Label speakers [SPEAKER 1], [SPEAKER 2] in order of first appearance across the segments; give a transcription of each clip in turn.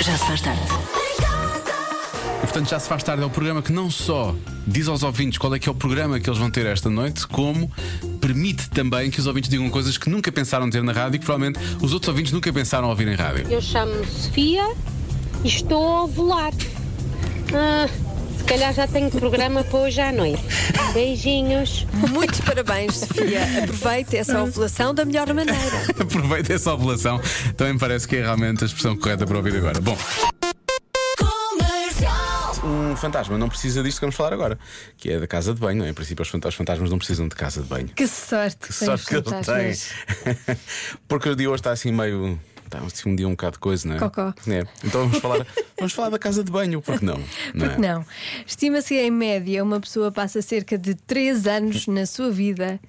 [SPEAKER 1] Já se faz tarde.
[SPEAKER 2] E, portanto, já se faz tarde. É o programa que não só diz aos ouvintes qual é que é o programa que eles vão ter esta noite, como permite também que os ouvintes digam coisas que nunca pensaram ter na rádio e que provavelmente os outros ouvintes nunca pensaram ouvir em rádio.
[SPEAKER 3] Eu chamo-me Sofia e estou a volar. Ah, se calhar já tenho programa para hoje à noite. Beijinhos.
[SPEAKER 4] Muitos parabéns, Sofia. Aproveite essa ovulação da melhor maneira.
[SPEAKER 2] Aproveita essa ovulação. Também me parece que é realmente a expressão correta para ouvir agora. Bom. Um fantasma não precisa disto que vamos falar agora, que é da casa de banho. não é? Em princípio, os fantasmas, os fantasmas não precisam de casa de banho.
[SPEAKER 5] Que sorte.
[SPEAKER 2] Que sorte que eles têm. Porque o dia hoje está assim meio. Está assim um dia um bocado de coisa, não é?
[SPEAKER 5] Cocó.
[SPEAKER 2] É. Então vamos falar, vamos falar da casa de banho, porque não? não é?
[SPEAKER 5] Porque não? Estima-se que, em média, uma pessoa passa cerca de 3 anos na sua vida,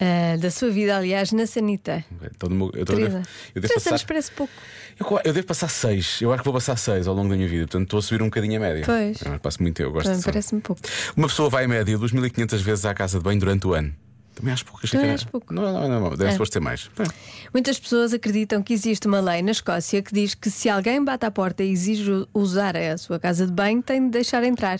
[SPEAKER 5] ah, da sua vida, aliás, na sanita.
[SPEAKER 2] Estou no meu- É, eu, estou-
[SPEAKER 5] 3
[SPEAKER 2] eu
[SPEAKER 5] anos.
[SPEAKER 2] devo
[SPEAKER 5] 3 anos
[SPEAKER 2] passar,
[SPEAKER 5] parece pouco.
[SPEAKER 2] eu, eu devo passar seis. Eu acho que vou passar seis ao longo da minha vida. Portanto, estou a subir um bocadinho a média.
[SPEAKER 5] Pois.
[SPEAKER 2] Eu passo muito, eu gosto
[SPEAKER 5] Também
[SPEAKER 2] de saber.
[SPEAKER 5] Parece-me pouco.
[SPEAKER 2] Uma pessoa vai em média 2.500 vezes à casa de banho durante o ano. Também acho poucas.
[SPEAKER 5] Também
[SPEAKER 2] cara.
[SPEAKER 5] acho pouco. É.
[SPEAKER 2] Não, não, não. não. Deve depois ter mais. É.
[SPEAKER 5] Muitas pessoas acreditam que existe uma lei na Escócia que diz que se alguém bate à porta e exige u- usar a sua casa de banho, tem de deixar entrar.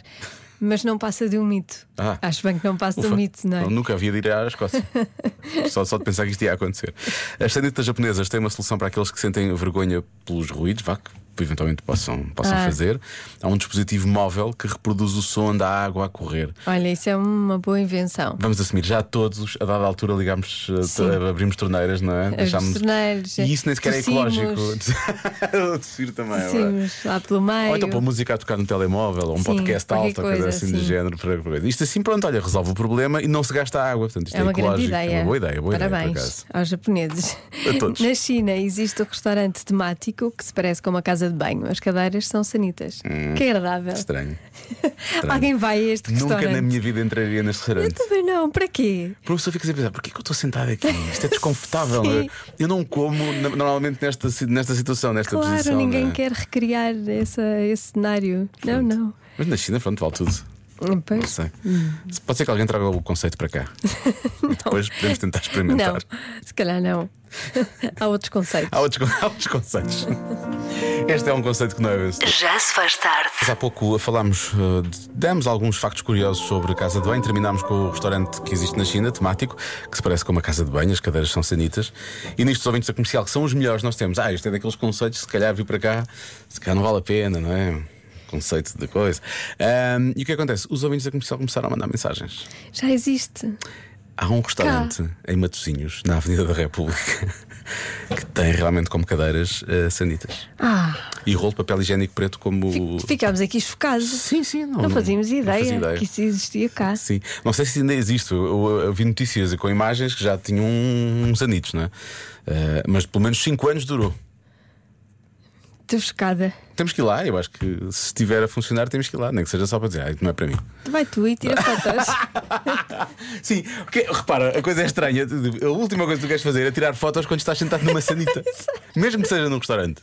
[SPEAKER 5] Mas não passa de um mito.
[SPEAKER 2] Ah.
[SPEAKER 5] Acho bem que não passa de
[SPEAKER 2] Ufa.
[SPEAKER 5] um mito, não é?
[SPEAKER 2] Eu nunca havia de ir à Escócia. só, só de pensar que isto ia acontecer. As sanitas japonesas têm uma solução para aqueles que sentem vergonha pelos ruídos, vá, que eventualmente possam, possam
[SPEAKER 5] Ah.
[SPEAKER 2] fazer. Há um dispositivo móvel que reproduz o som da água a correr.
[SPEAKER 5] Olha, isso é uma boa invenção.
[SPEAKER 2] Vamos assumir, já todos, a dada altura, ligámos, eh,
[SPEAKER 5] Sim.
[SPEAKER 2] t- abrimos torneiras, não é?
[SPEAKER 5] torneiras,
[SPEAKER 2] E isso nem sequer
[SPEAKER 5] tossimos.
[SPEAKER 2] é ecológico. O tossir também, é verdade.
[SPEAKER 5] Sim, mas lá pelo meio.
[SPEAKER 2] Ou então pôr música a tocar no telemóvel, ou um
[SPEAKER 5] Sim,
[SPEAKER 2] podcast
[SPEAKER 5] qualquer
[SPEAKER 2] alto, ou coisa
[SPEAKER 5] coisa,
[SPEAKER 2] assim do
[SPEAKER 5] sim.
[SPEAKER 2] género. para- para- Isto assim, pronto, olha, resolve o problema e não se gasta água. Portanto, isto é,
[SPEAKER 5] é uma grande
[SPEAKER 2] ecológico.
[SPEAKER 5] ideia.
[SPEAKER 2] É uma boa ideia, boa
[SPEAKER 5] Parabéns
[SPEAKER 2] ideia, por acaso.
[SPEAKER 5] aos japoneses.
[SPEAKER 2] A todos.
[SPEAKER 5] Na China existe um restaurante temático que se parece com uma casa de banho. As cadeiras são sanitas. Que agradável.
[SPEAKER 2] Hum. é Estranho.
[SPEAKER 5] Alguém vai a este
[SPEAKER 2] Nunca
[SPEAKER 5] restaurante?
[SPEAKER 2] na minha vida entraria neste
[SPEAKER 5] Eu
[SPEAKER 2] restaurante.
[SPEAKER 5] também não. Para quê?
[SPEAKER 2] Para uma pessoa fica a pensar, porquê que eu estou sentado aqui? Isto é desconfortável. não é?
[SPEAKER 5] Sim.
[SPEAKER 2] Eu não como na- normalmente nesta, si- nesta situação, nesta
[SPEAKER 5] Claro,
[SPEAKER 2] posição. não
[SPEAKER 5] ninguém
[SPEAKER 2] é?
[SPEAKER 5] quer recriar essa, esse cenário. Não, não. Hum,
[SPEAKER 2] Mas na China, pronto, vale tudo. Não
[SPEAKER 5] Pois,
[SPEAKER 2] sei. Pode ser que alguém traga o conceito para cá. Depois podemos tentar experimentar. Ah.
[SPEAKER 5] não, se calhar não. Há outros conceitos.
[SPEAKER 2] Há outros, con- há outros conceitos. Este é um conceito que não é vencido.
[SPEAKER 1] Já se faz tarde.
[SPEAKER 2] Mas Há pouco falámos, eh, de- demos alguns factos curiosos sobre a casa de banho, terminámos com o restaurante que existe na China, temático, que se parece com uma casa de banho, as cadeiras são sanitas. E nisto, os ouvintes da comercial, que são os melhores, nós temos. Ah, isto é daqueles conceitos, se calhar vir para cá, se calhar não vale a pena, não é? Conceito de coisa. Ahm, e o que acontece? Os ouvintes da comercial começaram a mandar mensagens.
[SPEAKER 5] Já existe.
[SPEAKER 2] Há um restaurante em Matosinhos, na Avenida da República, que tem realmente como cadeiras eh, sanitas.
[SPEAKER 5] Ah,
[SPEAKER 2] E rolo de papel higiênico preto como.
[SPEAKER 5] ficámos aqui chocados.
[SPEAKER 2] Sim, sim, não.
[SPEAKER 5] Não fazíamos
[SPEAKER 2] não
[SPEAKER 5] ideia,
[SPEAKER 2] fazia ideia.
[SPEAKER 5] que isso existia cá.
[SPEAKER 2] Sim, não sei se ainda existe. Eu, eu- eu vi notícias com imagens que já tinham uns anitos, não é? Eh, mas pelo menos 5 anos durou.
[SPEAKER 5] Estou chocada.
[SPEAKER 2] Temos que ir lá, eu acho que se estiver a funcionar, temos que ir lá, nem que seja só para dizer, ah, isto não é para mim.
[SPEAKER 5] Vai tu e tira fotos.
[SPEAKER 2] Sim, porque repara, a coisa é estranha. A última coisa que tu queres fazer é tirar fotos quando estás sentado numa sanita, mesmo que seja num restaurante.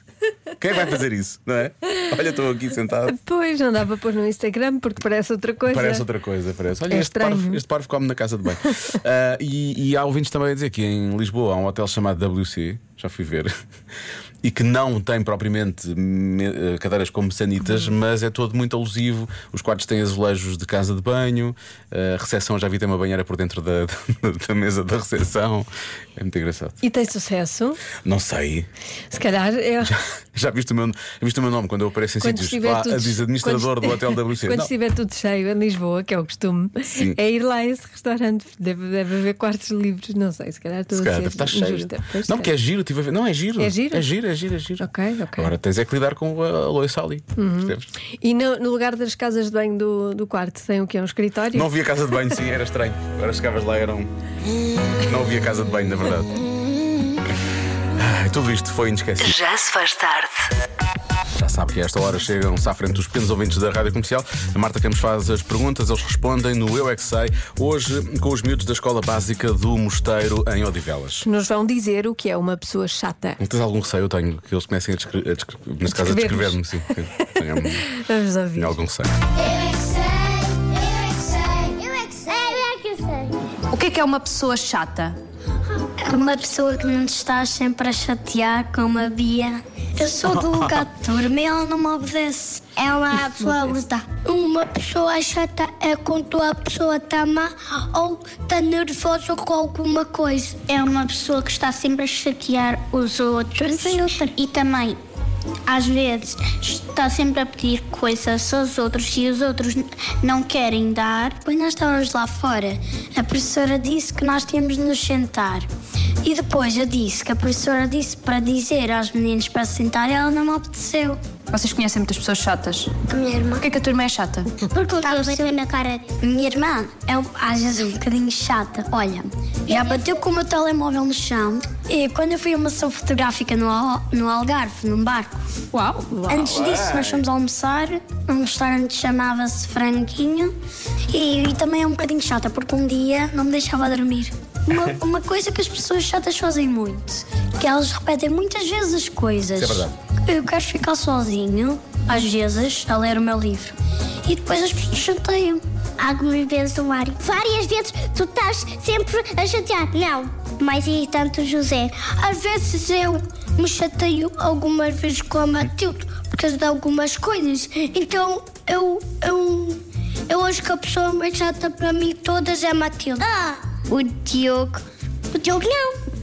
[SPEAKER 2] Quem é que vai fazer isso, não é? Olha, estou aqui sentado.
[SPEAKER 5] Pois, não dá para pôr no Instagram porque parece outra coisa.
[SPEAKER 2] Parece outra coisa, parece. Olha,
[SPEAKER 5] É
[SPEAKER 2] este, parvo,
[SPEAKER 5] estranho.
[SPEAKER 2] este parvo come na casa de banho. Ah, e, e há ouvintes também a dizer que em Lisboa há um hotel chamado WC, já fui ver, e que não tem propriamente me- eh, cadeiras como sanitas,
[SPEAKER 5] Uhum.
[SPEAKER 2] mas é todo muito alusivo. Os quartos têm azulejos de casa de banho, a recepção já vi tem uma banheira por dentro da, da mesa da recepção. É muito engraçado.
[SPEAKER 5] E tem sucesso?
[SPEAKER 2] Não sei.
[SPEAKER 5] Se calhar é.
[SPEAKER 2] Já viste o meu, viste o meu nome quando eu apareço em
[SPEAKER 5] Quando
[SPEAKER 2] sítios?
[SPEAKER 5] estiver
[SPEAKER 2] Lá,
[SPEAKER 5] tudo-
[SPEAKER 2] diz administrador
[SPEAKER 5] quando-
[SPEAKER 2] do hotel WC.
[SPEAKER 5] Quando
[SPEAKER 2] Não.
[SPEAKER 5] estiver tudo cheio em Lisboa, que é o costume, é ir lá a esse restaurante. Deve, deve haver quartos livres, não sei, se calhar estou
[SPEAKER 2] Se
[SPEAKER 5] a
[SPEAKER 2] calhar
[SPEAKER 5] ser
[SPEAKER 2] deve estar cheio.
[SPEAKER 5] injusta. Pois
[SPEAKER 2] não,
[SPEAKER 5] é.
[SPEAKER 2] porque é giro, tive a ver. Não, é giro.
[SPEAKER 5] É giro?
[SPEAKER 2] É giro, é giro, é giro.
[SPEAKER 5] Ok, ok. Uhum.
[SPEAKER 2] Agora tens é que lidar com a a loiça ali. percebes?
[SPEAKER 5] E no, no lugar das casas de banho do, do quarto tem o quê? Um escritório?
[SPEAKER 2] Não havia casa de banho, sim, era estranho. Agora chegavas lá, era um. Não havia casa de banho, na verdade. Ai, tudo isto foi inesquecível.
[SPEAKER 1] Já se faz tarde.
[SPEAKER 2] Já sabe que a esta hora chegam-se à frente dos pequenos ouvintes da Rádio Comercial. A Marta Campos faz as perguntas, eles respondem no Eu É Que Sei, hoje com os miúdos da Escola Básica do Mosteiro em Odivelas.
[SPEAKER 5] Que nos vão dizer o que é uma pessoa chata.
[SPEAKER 2] Tens algum receio? Eu tenho, que eles comecem a descrever, a descre- nesse caso a descrever-me,
[SPEAKER 5] Descrever-nos.
[SPEAKER 2] sim. Tenho um-
[SPEAKER 5] Vamos ouvir.
[SPEAKER 2] Tenho algum receio.
[SPEAKER 6] é é
[SPEAKER 7] O que é que é uma pessoa chata?
[SPEAKER 6] É Uma pessoa que não te está sempre a chatear, como a Bia. Eu sou do gato vermelho, ele não me obedece. É uma pessoa bruta. Uma pessoa chata é quando a pessoa está má ou está nervosa com alguma coisa. É uma pessoa que está sempre a chatear os outros e também. Às vezes está sempre a pedir coisas aos outros e os outros n- não querem dar. Quando nós estávamos lá fora, a professora disse que nós tínhamos de nos sentar. E depois eu disse que a professora disse para dizer aos meninos para se sentar e ela não me obedeceu.
[SPEAKER 7] Vocês conhecem muitas pessoas chatas.
[SPEAKER 6] A minha irmã.
[SPEAKER 7] Porquê que a tua irmã é chata?
[SPEAKER 6] Porque estava sempre na cara Minha irmã é às vezes um bocadinho chata. Olha, já bateu com o meu telemóvel no chão e quando eu fui a uma ação fotográfica no, Al- no Algarve, num barco.
[SPEAKER 7] Uau!
[SPEAKER 6] Antes disso, nós fomos almoçar num restaurante que chamava-se Franguinho e, e também é um bocadinho chata porque um dia não me deixava dormir. Uma, uma coisa que as pessoas chatas fazem muito, que elas repetem muitas vezes as coisas.
[SPEAKER 2] Isso é verdade.
[SPEAKER 6] Eu quero ficar sozinho, às vezes, a ler o meu livro. E depois as pessoas chateiam.
[SPEAKER 8] Algumas vezes o Mário. Várias vezes tu estás sempre a chatear. Não, mas e tanto o José.
[SPEAKER 6] Às vezes eu me chateio algumas vezes com a Matilde por causa de algumas coisas. Então eu, eu, eu acho que a pessoa é mais chata para mim todas é a Matilde.
[SPEAKER 8] Ah,
[SPEAKER 6] O Diogo.
[SPEAKER 8] o Diogo não.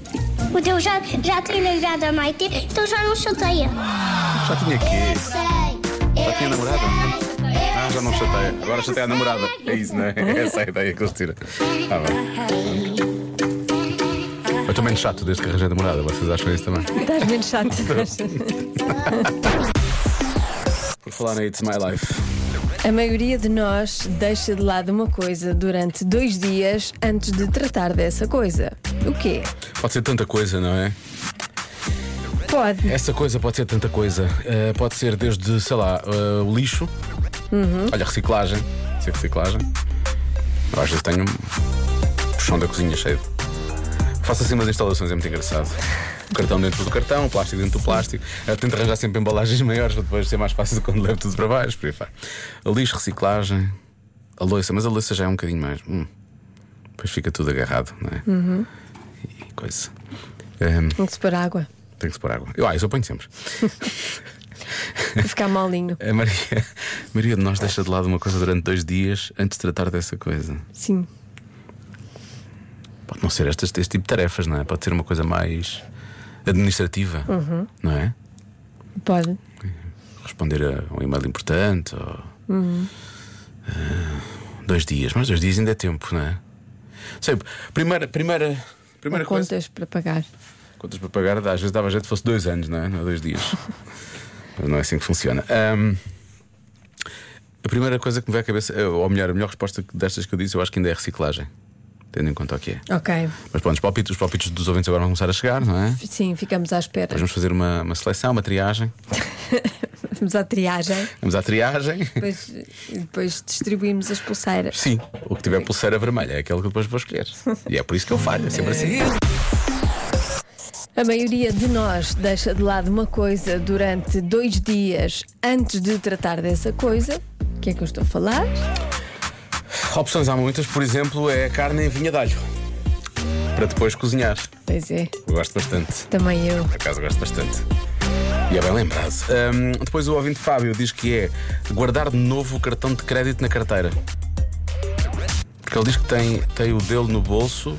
[SPEAKER 8] O Diogo já, já tem namorado a Maite, então já não chateia.
[SPEAKER 2] Já tinha quê?
[SPEAKER 8] sei.
[SPEAKER 2] Já tinha namorado?
[SPEAKER 6] é
[SPEAKER 2] Ah, já não chateia. Agora chateia a namorada. É isso, não é? Essa é a ideia que eles tiram. Ah, bem. Eu também chato desde que arranjei namorada, vocês acham isso também?
[SPEAKER 5] Estás menos chato.
[SPEAKER 2] Por falar na It's My Life.
[SPEAKER 5] A maioria de nós deixa de lado uma coisa durante dois dias antes de tratar dessa coisa. O quê?
[SPEAKER 2] Pode ser tanta coisa, não é?
[SPEAKER 5] Pode.
[SPEAKER 2] Essa coisa pode ser tanta coisa. Uh, pode ser desde, sei lá, uh, o lixo. Olha, reciclagem. Pode ser reciclagem. Eu às vezes tenho um puxão da cozinha cheio. Faço assim umas instalações, é muito engraçado. O cartão dentro do cartão, o plástico dentro do plástico. Eu tento arranjar sempre embalagens maiores para depois ser mais fácil quando levo tudo para baixo. Por aí fora. Lixo, reciclagem, a louça, mas a louça já é um bocadinho mais. Hum. Depois fica tudo agarrado, não é? E coisa. Ehm, Ahm,
[SPEAKER 5] Tem que se pôr água.
[SPEAKER 2] tem que se pôr água. Eu, ah, isso eu ponho sempre.
[SPEAKER 5] Para ficar molinho.
[SPEAKER 2] A Maria, a Maria de nós deixa de lado uma coisa durante dois dias antes de tratar dessa coisa.
[SPEAKER 5] Sim.
[SPEAKER 2] Pode não ser estas, este tipo de tarefas, não é? Pode ser uma coisa mais administrativa, não é?
[SPEAKER 5] Pode.
[SPEAKER 2] Responder a um e-mail importante ou. Ah, dois dias, mas dois dias ainda é tempo, não é? Sei, primeira. primeira Primeira
[SPEAKER 5] Ou
[SPEAKER 2] coisa.
[SPEAKER 5] contas para pagar.
[SPEAKER 2] Contas para pagar, às vezes dava jeito que fosse dois anos, não é? Não é dois dias. Mas não é assim que funciona. Ahm, a primeira coisa que me veio à cabeça, eh, ou melhor, a melhor resposta destas que eu disse, eu acho que ainda é reciclagem, tendo em conta o que é.
[SPEAKER 5] Ok.
[SPEAKER 2] Mas pronto, os palpites, os palpites dos ouvintes agora vão começar a chegar, não é?
[SPEAKER 5] Sim, ficamos à espera.
[SPEAKER 2] Depois vamos fazer uma, uma seleção, uma triagem.
[SPEAKER 5] Vamos à triagem.
[SPEAKER 2] Vamos à triagem.
[SPEAKER 5] Depois, e depois distribuímos as pulseiras.
[SPEAKER 2] Sim, o que tiver pulseira vermelha é aquele que depois vou escolher. E é por isso que eu falho, é sempre assim.
[SPEAKER 5] A maioria de nós deixa de lado uma coisa durante dois dias antes de tratar dessa coisa. O que é que eu estou a falar?
[SPEAKER 2] É. Opções há muitas, por exemplo, é a carne em vinha de alho. Para depois cozinhar.
[SPEAKER 5] Pois é,
[SPEAKER 2] Eu gosto bastante.
[SPEAKER 5] também eu.
[SPEAKER 2] Por acaso gosto bastante. E é bem lembrado. Hum, depois o ouvinte Fábio diz que é guardar de novo o cartão de crédito na carteira. Porque ele diz que tem, tem o dele no bolso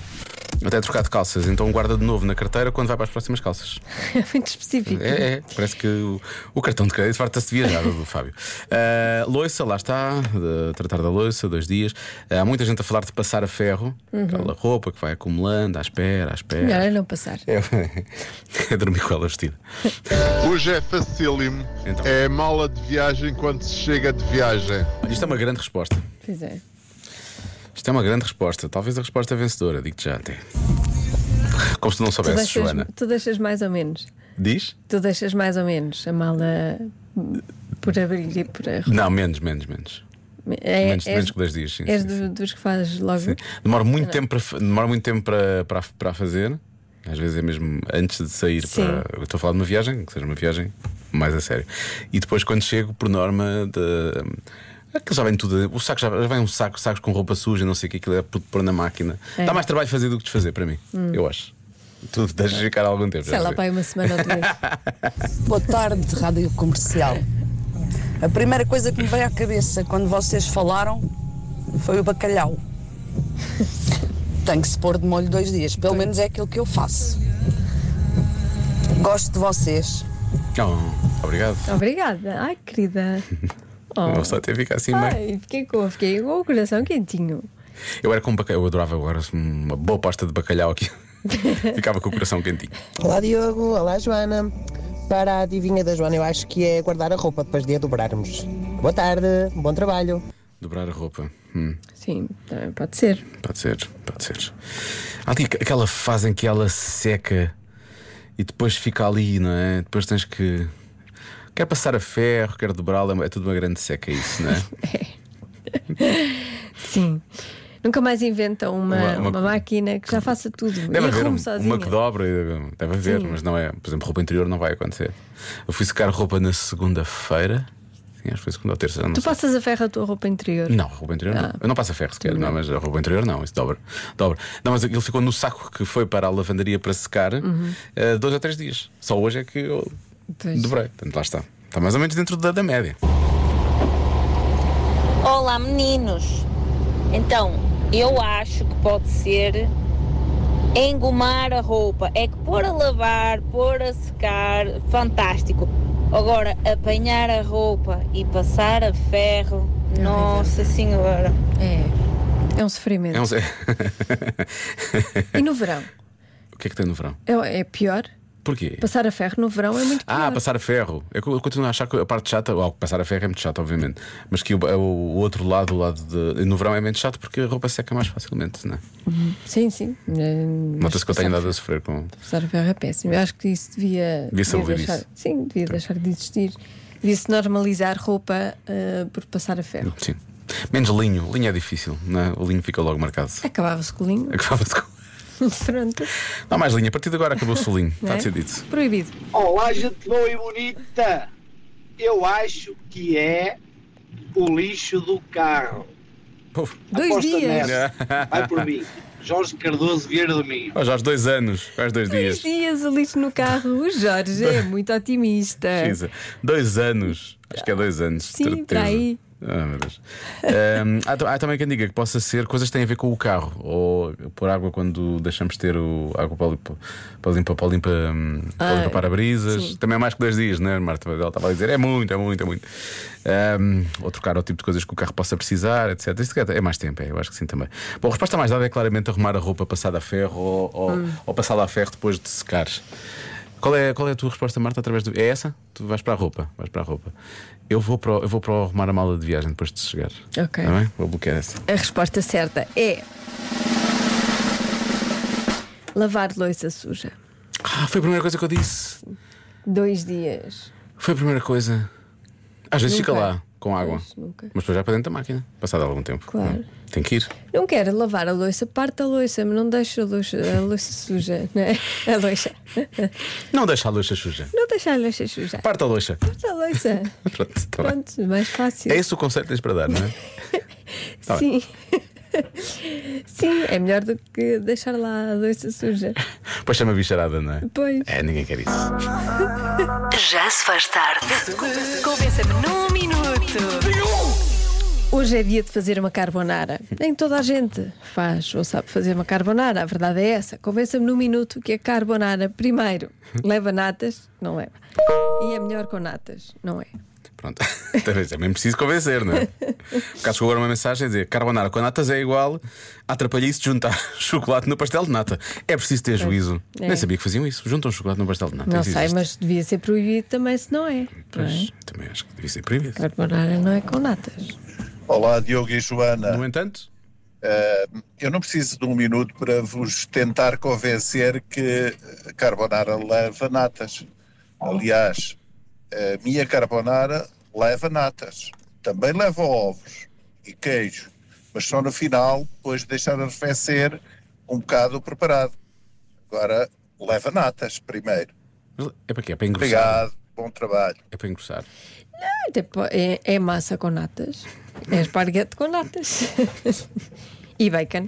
[SPEAKER 2] até trocar de calças, então guarda de novo na carteira quando vai para as próximas calças.
[SPEAKER 5] É muito específico.
[SPEAKER 2] É, é. Parece que o, o cartão de crédito farta-se de viajar, o do Fábio. Ah, loiça, lá está, de tratar da loiça, dois dias. Ah, Há muita gente a falar de passar a ferro, aquela roupa que vai acumulando, à espera, à espera.
[SPEAKER 5] Melhor é não passar.
[SPEAKER 2] É, é dormir com ela vestida.
[SPEAKER 9] Hoje é facílimo.
[SPEAKER 2] Então.
[SPEAKER 9] É mala de viagem quando se chega de viagem.
[SPEAKER 2] Isto é uma grande resposta.
[SPEAKER 5] Pois é.
[SPEAKER 2] Isto é uma grande resposta. Talvez a resposta é vencedora, digo-te já até. Como se tu não
[SPEAKER 5] Tu
[SPEAKER 2] soubesses,
[SPEAKER 5] deixas,
[SPEAKER 2] Joana.
[SPEAKER 5] tu deixas mais ou menos.
[SPEAKER 2] Diz?
[SPEAKER 5] Tu deixas mais ou menos a mala hum, por abrir e por arrumar.
[SPEAKER 2] Não, menos, menos, menos.
[SPEAKER 5] É,
[SPEAKER 2] menos,
[SPEAKER 5] és-
[SPEAKER 2] menos que dois dias, sim.
[SPEAKER 5] És
[SPEAKER 2] sim, sim.
[SPEAKER 5] do- dos que fazes logo.
[SPEAKER 2] Sim. Demora muito tempo para fa- demora muito tempo para, para, para fazer. Às vezes é mesmo antes de sair
[SPEAKER 5] Sim.
[SPEAKER 2] para. Eu estou a falar de uma viagem, que seja uma viagem mais a sério. E depois quando chego, por norma, de. Aquilo já vem tudo. O saco já, já vem um saco,
[SPEAKER 5] É.
[SPEAKER 2] sacos com roupa suja, não sei o que aquilo é, por pôr na máquina. Dá mais trabalho fazer do que desfazer para mim, eu acho. Tu deixas ficar algum
[SPEAKER 5] Hum.
[SPEAKER 2] tempo.
[SPEAKER 5] Sei
[SPEAKER 2] já
[SPEAKER 5] lá,
[SPEAKER 2] sei.
[SPEAKER 5] para aí uma semana ou duas.
[SPEAKER 10] Boa tarde, Rádio Comercial. A primeira coisa que me veio à cabeça quando vocês falaram foi o bacalhau. Tem que se pôr de molho dois dias, pelo menos é aquilo que eu faço. Gosto de vocês.
[SPEAKER 2] Oh, obrigado.
[SPEAKER 5] Obrigada. Ai, querida. Oh.
[SPEAKER 2] Não só até fica assim, bem.
[SPEAKER 5] Ai, fiquei com, fiquei com o coração quentinho.
[SPEAKER 2] Eu era com bacalhau, eu adorava agora assim, uma boa pasta de bacalhau aqui. Ficava com o coração quentinho.
[SPEAKER 11] Olá Diogo, olá Joana. Para a adivinha da Joana, eu acho que é guardar a roupa depois de a dobrarmos. Boa tarde, bom trabalho.
[SPEAKER 2] Dobrar a roupa. Hum,
[SPEAKER 5] Sim, também pode ser.
[SPEAKER 2] pode ser, pode ser. Há ali aquela fase em que ela seca e depois fica ali, não é? Depois tens que. Quer passar a ferro, quer dobrá-la, é tudo uma grande seca isso, não é?
[SPEAKER 5] Sim. Nunca mais inventam uma,
[SPEAKER 2] Uma-
[SPEAKER 5] uma,
[SPEAKER 2] uma-
[SPEAKER 5] máquina que já faça tudo.
[SPEAKER 2] Deve
[SPEAKER 5] e
[SPEAKER 2] haver um-
[SPEAKER 5] arrume sozinha.
[SPEAKER 2] uma que dobra, deve haver,
[SPEAKER 5] Sim.
[SPEAKER 2] mas não é. Por exemplo, roupa interior não vai acontecer. Eu fui secar roupa na segunda-feira. Sim, acho que foi segunda ou terça. Não,
[SPEAKER 5] Tu
[SPEAKER 2] sei.
[SPEAKER 5] passas a ferro a tua roupa interior.
[SPEAKER 2] não roupa interior não.
[SPEAKER 5] Ah.
[SPEAKER 2] Eu não passo a ferro sequer, não, mas a roupa interior não, isso dobra. dobra. Não, mas ele ficou no saco que foi para a lavandaria para secar eh, dois ou três dias. Só hoje é que eu
[SPEAKER 5] Uhum. Pois.
[SPEAKER 2] dobrei. Portanto, lá está. Está mais ou menos dentro da, da média.
[SPEAKER 12] Olá, meninos. Então, eu acho que pode ser engomar a roupa. É que pôr a lavar, pôr a secar, fantástico. Agora, apanhar a roupa e passar a ferro, nossa senhora.
[SPEAKER 5] É. É um sofrimento.
[SPEAKER 2] É um...
[SPEAKER 5] E no verão?
[SPEAKER 2] o que é que tem no verão?
[SPEAKER 5] É, é pior?
[SPEAKER 2] Porquê?
[SPEAKER 5] Passar a ferro no verão é muito pior.
[SPEAKER 2] Ah, passar a ferro. Eu co- eu continuo a achar que a parte chata, ó, passar a ferro é muito chato, obviamente. Mas que o, o outro lado, o lado de. No verão é menos chato porque a roupa seca mais facilmente, não é?
[SPEAKER 5] Sim, sim. É, mas
[SPEAKER 2] Nota-se que eu tenho
[SPEAKER 5] passar-
[SPEAKER 2] andado a sofrer com.
[SPEAKER 5] Passar a ferro é péssimo. Eu acho que isso devia.
[SPEAKER 2] Devia um se abolir
[SPEAKER 5] deixar,
[SPEAKER 2] isso.
[SPEAKER 5] Sim, devia
[SPEAKER 2] Tá.
[SPEAKER 5] deixar de existir. Devia-se normalizar roupa ah, por passar a ferro.
[SPEAKER 2] Sim. Menos linho. Linho é difícil, não é? O linho fica logo marcado.
[SPEAKER 5] Acabava-se com o linho.
[SPEAKER 2] Acabava-se com.
[SPEAKER 5] Pronto.
[SPEAKER 2] Não há mais linho. A partir de agora acabou-se o linho. Está
[SPEAKER 5] Não é?
[SPEAKER 2] decidido.
[SPEAKER 5] Proibido.
[SPEAKER 13] Olá, gente boa e bonita! Eu acho que é o lixo do carro.
[SPEAKER 5] Dois
[SPEAKER 13] Aposta
[SPEAKER 5] dias.
[SPEAKER 13] nessa. Vai por mim. Jorge Cardoso Vieira do Minho.
[SPEAKER 2] Ó, já há dois anos, quase
[SPEAKER 5] Dois
[SPEAKER 2] dois dias.
[SPEAKER 5] dias o lixo no carro. O Jorge é muito otimista.
[SPEAKER 2] Precisa. Dois anos. Acho que é dois anos. de
[SPEAKER 5] Sim,
[SPEAKER 2] certeza.
[SPEAKER 5] para aí.
[SPEAKER 2] Ah, meu Deus. Ahm, há, ta- há também quem diga que possa ser coisas que têm a ver com o carro ou pôr água quando deixamos ter o água para limpar, para limpar, para limpa, hum, para
[SPEAKER 14] Ah,
[SPEAKER 2] limpa para-brisas.
[SPEAKER 14] sim.
[SPEAKER 2] Também é mais que dois dias, né, Marta? Ela estava a dizer: é muito, é muito, é muito. Ahm, ou trocar o tipo de coisas que o carro possa precisar, etc. Isto é é mais tempo, é, eu acho que sim também. Bom, a resposta mais dada é claramente arrumar a roupa passada a ferro ou, ou,
[SPEAKER 5] Hum.
[SPEAKER 2] ou passada a ferro depois de secar. Qual é, qual é a tua resposta, Marta? Através do... É essa? Tu vais para a roupa. Vais para a roupa. Eu vou para, o- eu vou para o arrumar a mala de viagem depois de chegar.
[SPEAKER 5] Ok.
[SPEAKER 2] Tá bem? Vou bloquear essa.
[SPEAKER 5] A resposta certa é. Lavar louça suja.
[SPEAKER 2] Ah, foi a primeira coisa que eu disse.
[SPEAKER 5] Dois dias.
[SPEAKER 2] Foi a primeira coisa. Às vezes
[SPEAKER 5] Nunca.
[SPEAKER 2] fica lá, com água.
[SPEAKER 5] Pois, nunca.
[SPEAKER 2] Mas depois vai para dentro da máquina, passado algum tempo.
[SPEAKER 5] Claro.
[SPEAKER 2] Não é? Tem que ir.
[SPEAKER 5] Não quero lavar a louça, parte a louça, mas não deixo a louça, a louça suja, não é? A louça.
[SPEAKER 2] Não deixa a louça suja.
[SPEAKER 5] Não deixar a louça suja.
[SPEAKER 2] Parte a louça.
[SPEAKER 5] Parte a louça.
[SPEAKER 2] Pronto, tá bem.
[SPEAKER 5] Pronto, mais fácil.
[SPEAKER 2] É esse o conselho que tens para dar, não é? tá bem.
[SPEAKER 5] Sim. Sim, é melhor do que deixar lá a louça suja.
[SPEAKER 2] Pois chama bicharada, não é?
[SPEAKER 5] Pois.
[SPEAKER 2] É, ninguém quer isso.
[SPEAKER 1] Já se faz tarde.
[SPEAKER 4] Convença-me num minuto.
[SPEAKER 5] Hoje é dia de fazer uma carbonara. Nem toda a gente faz ou sabe fazer uma carbonara. A verdade é essa. Convença-me num minuto que a carbonara, primeiro, leva natas, não leva. E é melhor com natas, não é?
[SPEAKER 2] Pronto. Então, Talvez também preciso convencer, não é? Cá chegou agora uma mensagem a dizer: Carbonara com natas é igual a atrapalhice de juntar chocolate no pastel de nata. É preciso ter juízo.
[SPEAKER 5] É.
[SPEAKER 2] Nem sabia que faziam isso. Juntam chocolate no pastel de nata.
[SPEAKER 5] não
[SPEAKER 2] Isso
[SPEAKER 5] sei,
[SPEAKER 2] existe.
[SPEAKER 5] mas devia ser proibido também se não é. não é?
[SPEAKER 2] Pois, também acho que devia ser proibido.
[SPEAKER 5] Carbonara não é com natas.
[SPEAKER 15] Olá, Diogo e Joana.
[SPEAKER 2] No entanto,
[SPEAKER 15] eu não preciso de um minuto para vos tentar convencer que a carbonara leva natas. Aliás, a minha carbonara leva natas. Também leva ovos e queijo, mas só no final, depois de deixar arrefecer um bocado o preparado. Agora, leva natas primeiro.
[SPEAKER 2] É para quê? É para engrossar?
[SPEAKER 15] Obrigado, bom trabalho.
[SPEAKER 2] É para engrossar.
[SPEAKER 5] Ah, tipo, é, é massa com natas. É esparguete com natas. E bacon.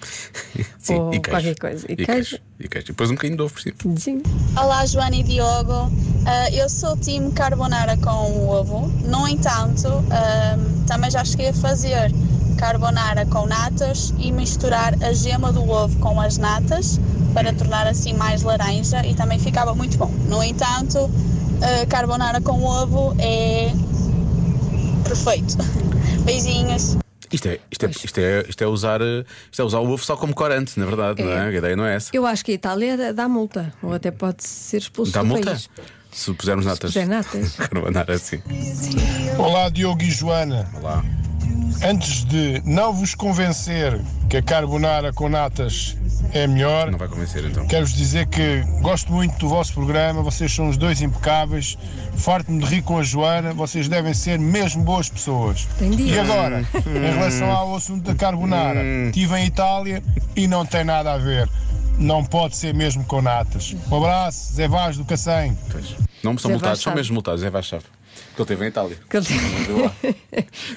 [SPEAKER 2] Sim,
[SPEAKER 5] Ou
[SPEAKER 2] e queijo.
[SPEAKER 5] qualquer coisa. E, queijo.
[SPEAKER 2] E queijo. E depois um bocadinho de ovo por cima.
[SPEAKER 5] Sim.
[SPEAKER 14] Olá, Joana e Diogo. Ah, eu sou o time carbonara com ovo. No entanto, ah, também já cheguei a fazer carbonara com natas e misturar a gema do ovo com as natas para tornar assim mais laranja e também ficava muito bom. No entanto, ah, carbonara com ovo é perfeito. Beijinhos.
[SPEAKER 2] Isto é, isto, é, isto, é, isto é usar eh, isto é usar o ovo só como corante, na verdade, não é? A ideia não é essa.
[SPEAKER 5] Eu acho que a Itália dá- dá multa, ou até pode ser expulso
[SPEAKER 2] Dá
[SPEAKER 5] do
[SPEAKER 2] multa? Então
[SPEAKER 5] país.
[SPEAKER 2] Se pusermos natas. assim.
[SPEAKER 5] puser natas.
[SPEAKER 2] Carbonara, sim.
[SPEAKER 16] Olá, Diogo e Joana.
[SPEAKER 2] Olá.
[SPEAKER 16] Antes de não vos convencer que a carbonara com natas é melhor,
[SPEAKER 2] Não vai convencer então.
[SPEAKER 16] quero-vos dizer que gosto muito do vosso programa, vocês são os dois impecáveis. Farto-me de rir com a Joana, vocês devem ser mesmo boas pessoas.
[SPEAKER 5] Entendi.
[SPEAKER 16] E agora,
[SPEAKER 5] Hum.
[SPEAKER 16] em relação ao assunto da carbonara,
[SPEAKER 2] Hum.
[SPEAKER 16] estive em Itália e não tem nada a ver. Não pode ser mesmo com natas. Um abraço, Zé Vaz do Cacém.
[SPEAKER 2] Não são
[SPEAKER 5] Zé
[SPEAKER 2] multados, são
[SPEAKER 5] Vaz sabe.
[SPEAKER 2] mesmo multados, é vai chave. Que ele teve em Itália.
[SPEAKER 5] Que ele teve-
[SPEAKER 2] Não viu lá.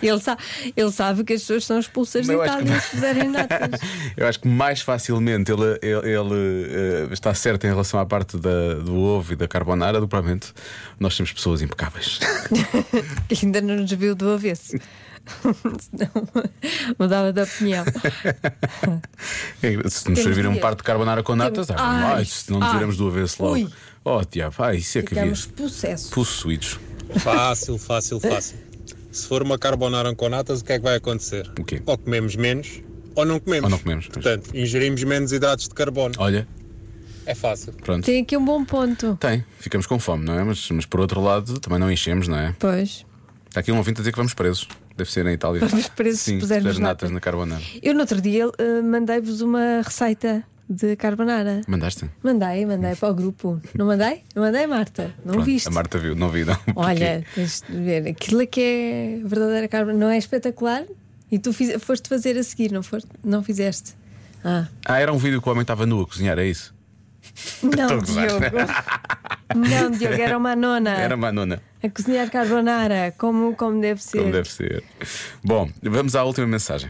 [SPEAKER 5] Ele, sa- ele sabe que as pessoas são expulsas da
[SPEAKER 2] Não, eu acho que
[SPEAKER 5] Itália
[SPEAKER 2] não.
[SPEAKER 5] se fizerem natas.
[SPEAKER 2] Eu acho que mais facilmente ele, ele- ele, eh, está certo em relação à parte da- do ovo e da carbonara do que provavelmente nós temos pessoas impecáveis.
[SPEAKER 5] que ainda não nos viu do avesso. Senão mudava de opinião.
[SPEAKER 2] Se nos
[SPEAKER 5] Temos
[SPEAKER 2] servir um
[SPEAKER 5] dias.
[SPEAKER 2] par de carbonara com natas,
[SPEAKER 5] Temos-
[SPEAKER 2] ah,
[SPEAKER 5] Ai,
[SPEAKER 2] ai, se não nos
[SPEAKER 5] ai.
[SPEAKER 2] viramos do avesso logo.
[SPEAKER 5] Ui.
[SPEAKER 2] Oh, diabo, ai, isso é que havia.
[SPEAKER 5] Ficamos possesso.
[SPEAKER 2] Possuídos.
[SPEAKER 17] Fácil, fácil, fácil. Se for uma carbonara com natas, o que é que vai acontecer?
[SPEAKER 2] O quê?
[SPEAKER 17] Ou comemos menos, ou não comemos.
[SPEAKER 2] Ou não comemos.
[SPEAKER 17] Portanto, ingerimos menos hidratos de carbono.
[SPEAKER 2] Olha,
[SPEAKER 17] É fácil.
[SPEAKER 2] pronto.
[SPEAKER 5] Tem aqui um bom ponto.
[SPEAKER 2] Tem, ficamos com fome, não é? Mas, mas por outro lado, também não enchemos, não é?
[SPEAKER 5] Pois.
[SPEAKER 2] Está aqui um ouvinte a dizer que vamos presos. Deve ser na Itália.
[SPEAKER 5] Vamos presos se
[SPEAKER 2] Sim,
[SPEAKER 5] pusermos
[SPEAKER 2] puser natas na carbonara.
[SPEAKER 5] Eu no outro dia eh, mandei-vos uma receita de carbonara.
[SPEAKER 2] Mandaste?
[SPEAKER 5] Mandei, mandei para o grupo. Não mandei? Não mandei, Marta. Não
[SPEAKER 2] Pronto,
[SPEAKER 5] viste.
[SPEAKER 2] A Marta é viu, não vi, não.
[SPEAKER 5] Olha, tens de ver. Aquilo é que é verdadeira carbonara. Não é espetacular? E tu fiz- foste fazer a seguir, não, foste, não fizeste? Ah,
[SPEAKER 2] Ah, era um vídeo que o homem estava nu a cozinhar, é isso? Estou
[SPEAKER 5] não,
[SPEAKER 2] a gozar.
[SPEAKER 5] Diogo. Não, Diogo, era uma nona.
[SPEAKER 2] Era uma nona,
[SPEAKER 5] A cozinhar carbonara, como, como deve ser.
[SPEAKER 2] como deve ser. Bom, vamos à última mensagem.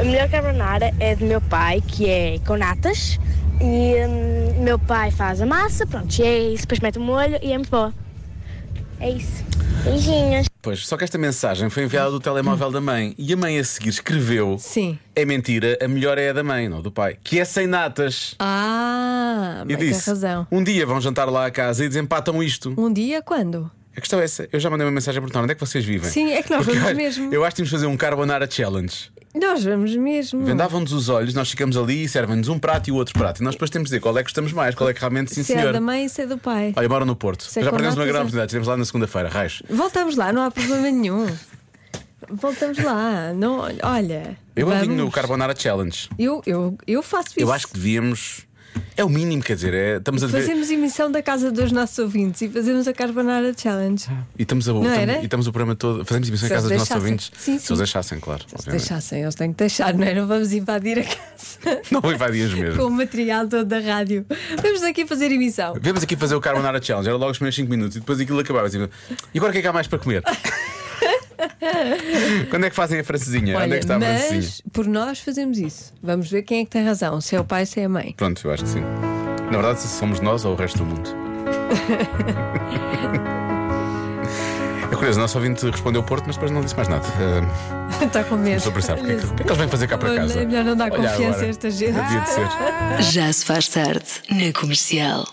[SPEAKER 18] A melhor carbonara é do meu pai, que é com natas. E hum, meu pai faz a massa, pronto, e é isso. Depois mete o molho e é muito boa. É isso. Beijinhos.
[SPEAKER 2] Pois, só que esta mensagem foi enviada do telemóvel da mãe e a mãe a seguir escreveu:
[SPEAKER 5] Sim.
[SPEAKER 2] É mentira, a melhor é a da mãe, não do pai, que é sem natas.
[SPEAKER 5] Ah,
[SPEAKER 2] e
[SPEAKER 5] mas tem
[SPEAKER 2] disse:
[SPEAKER 5] razão.
[SPEAKER 2] Um dia vão jantar lá a casa e desempatam isto.
[SPEAKER 5] Um dia quando?
[SPEAKER 2] A questão é essa: eu já mandei uma mensagem a perguntar onde é que vocês vivem.
[SPEAKER 5] Sim, é que nós
[SPEAKER 2] Porque eu
[SPEAKER 5] vamos
[SPEAKER 2] acho-
[SPEAKER 5] mesmo.
[SPEAKER 2] Eu acho que temos de fazer um Carbonara Challenge.
[SPEAKER 5] Nós vamos mesmo.
[SPEAKER 2] Vendavam-nos os olhos, nós ficamos ali e servem-nos um prato e o outro prato. E nós depois temos de dizer qual é que gostamos mais, qual é que realmente, sim
[SPEAKER 5] se é
[SPEAKER 2] senhor.
[SPEAKER 5] da mãe, se é do pai.
[SPEAKER 2] Olha, bora no Porto.
[SPEAKER 5] Se é
[SPEAKER 2] Já
[SPEAKER 5] com
[SPEAKER 2] perdemos
[SPEAKER 5] natas,
[SPEAKER 2] uma grande
[SPEAKER 5] é.
[SPEAKER 2] oportunidade, estivemos lá na segunda-feira, raios.
[SPEAKER 5] Voltamos lá, não há problema nenhum. Voltamos lá. Não, olha.
[SPEAKER 2] Eu
[SPEAKER 5] vamos.
[SPEAKER 2] alinho no Carbonara Challenge.
[SPEAKER 5] Eu, eu, eu faço isso.
[SPEAKER 2] Eu acho que devíamos. É o mínimo, quer dizer, é- estamos a dever.
[SPEAKER 5] Fazemos emissão da casa dos nossos ouvintes e fazemos a Carbonara Challenge.
[SPEAKER 2] E estamos, a,
[SPEAKER 5] Não
[SPEAKER 2] estamos-
[SPEAKER 5] era?
[SPEAKER 2] e estamos o programa todo. Fazemos emissão em
[SPEAKER 5] Se eles
[SPEAKER 2] casa dos nossos
[SPEAKER 5] deixassem.
[SPEAKER 2] ouvintes.
[SPEAKER 5] Sim,
[SPEAKER 2] Se
[SPEAKER 5] sim.
[SPEAKER 2] eles deixassem, claro. obviamente.
[SPEAKER 5] Deixassem, eles têm que deixar, não é? Não vamos invadir a casa
[SPEAKER 2] Não invadias mesmo.
[SPEAKER 5] com o material todo da rádio. Vamos aqui fazer emissão.
[SPEAKER 2] Vemos aqui fazer o Carbonara Challenge, era logo os primeiros 5 minutos e depois aquilo acabava assim. E agora o que é que há mais para comer? Quando é que fazem a francesinha? Onde é que está a francesinha?
[SPEAKER 5] mas por nós fazemos isso. Vamos ver quem é que tem razão, se é o pai, se é a mãe.
[SPEAKER 2] Pronto, eu acho que sim. Na verdade, se somos nós ou o resto do mundo. É curioso, o nosso ouvinte respondeu Porto, mas depois não disse mais nada. Ah,
[SPEAKER 5] Está com medo.
[SPEAKER 2] Estou a pensar, porque é que, porque é que eles vêm fazer cá para casa?
[SPEAKER 5] É melhor não Ah, dar
[SPEAKER 2] Olha
[SPEAKER 5] confiança
[SPEAKER 2] agora.
[SPEAKER 5] a esta gente.
[SPEAKER 2] Devia de ser.
[SPEAKER 1] Já se faz tarde na comercial.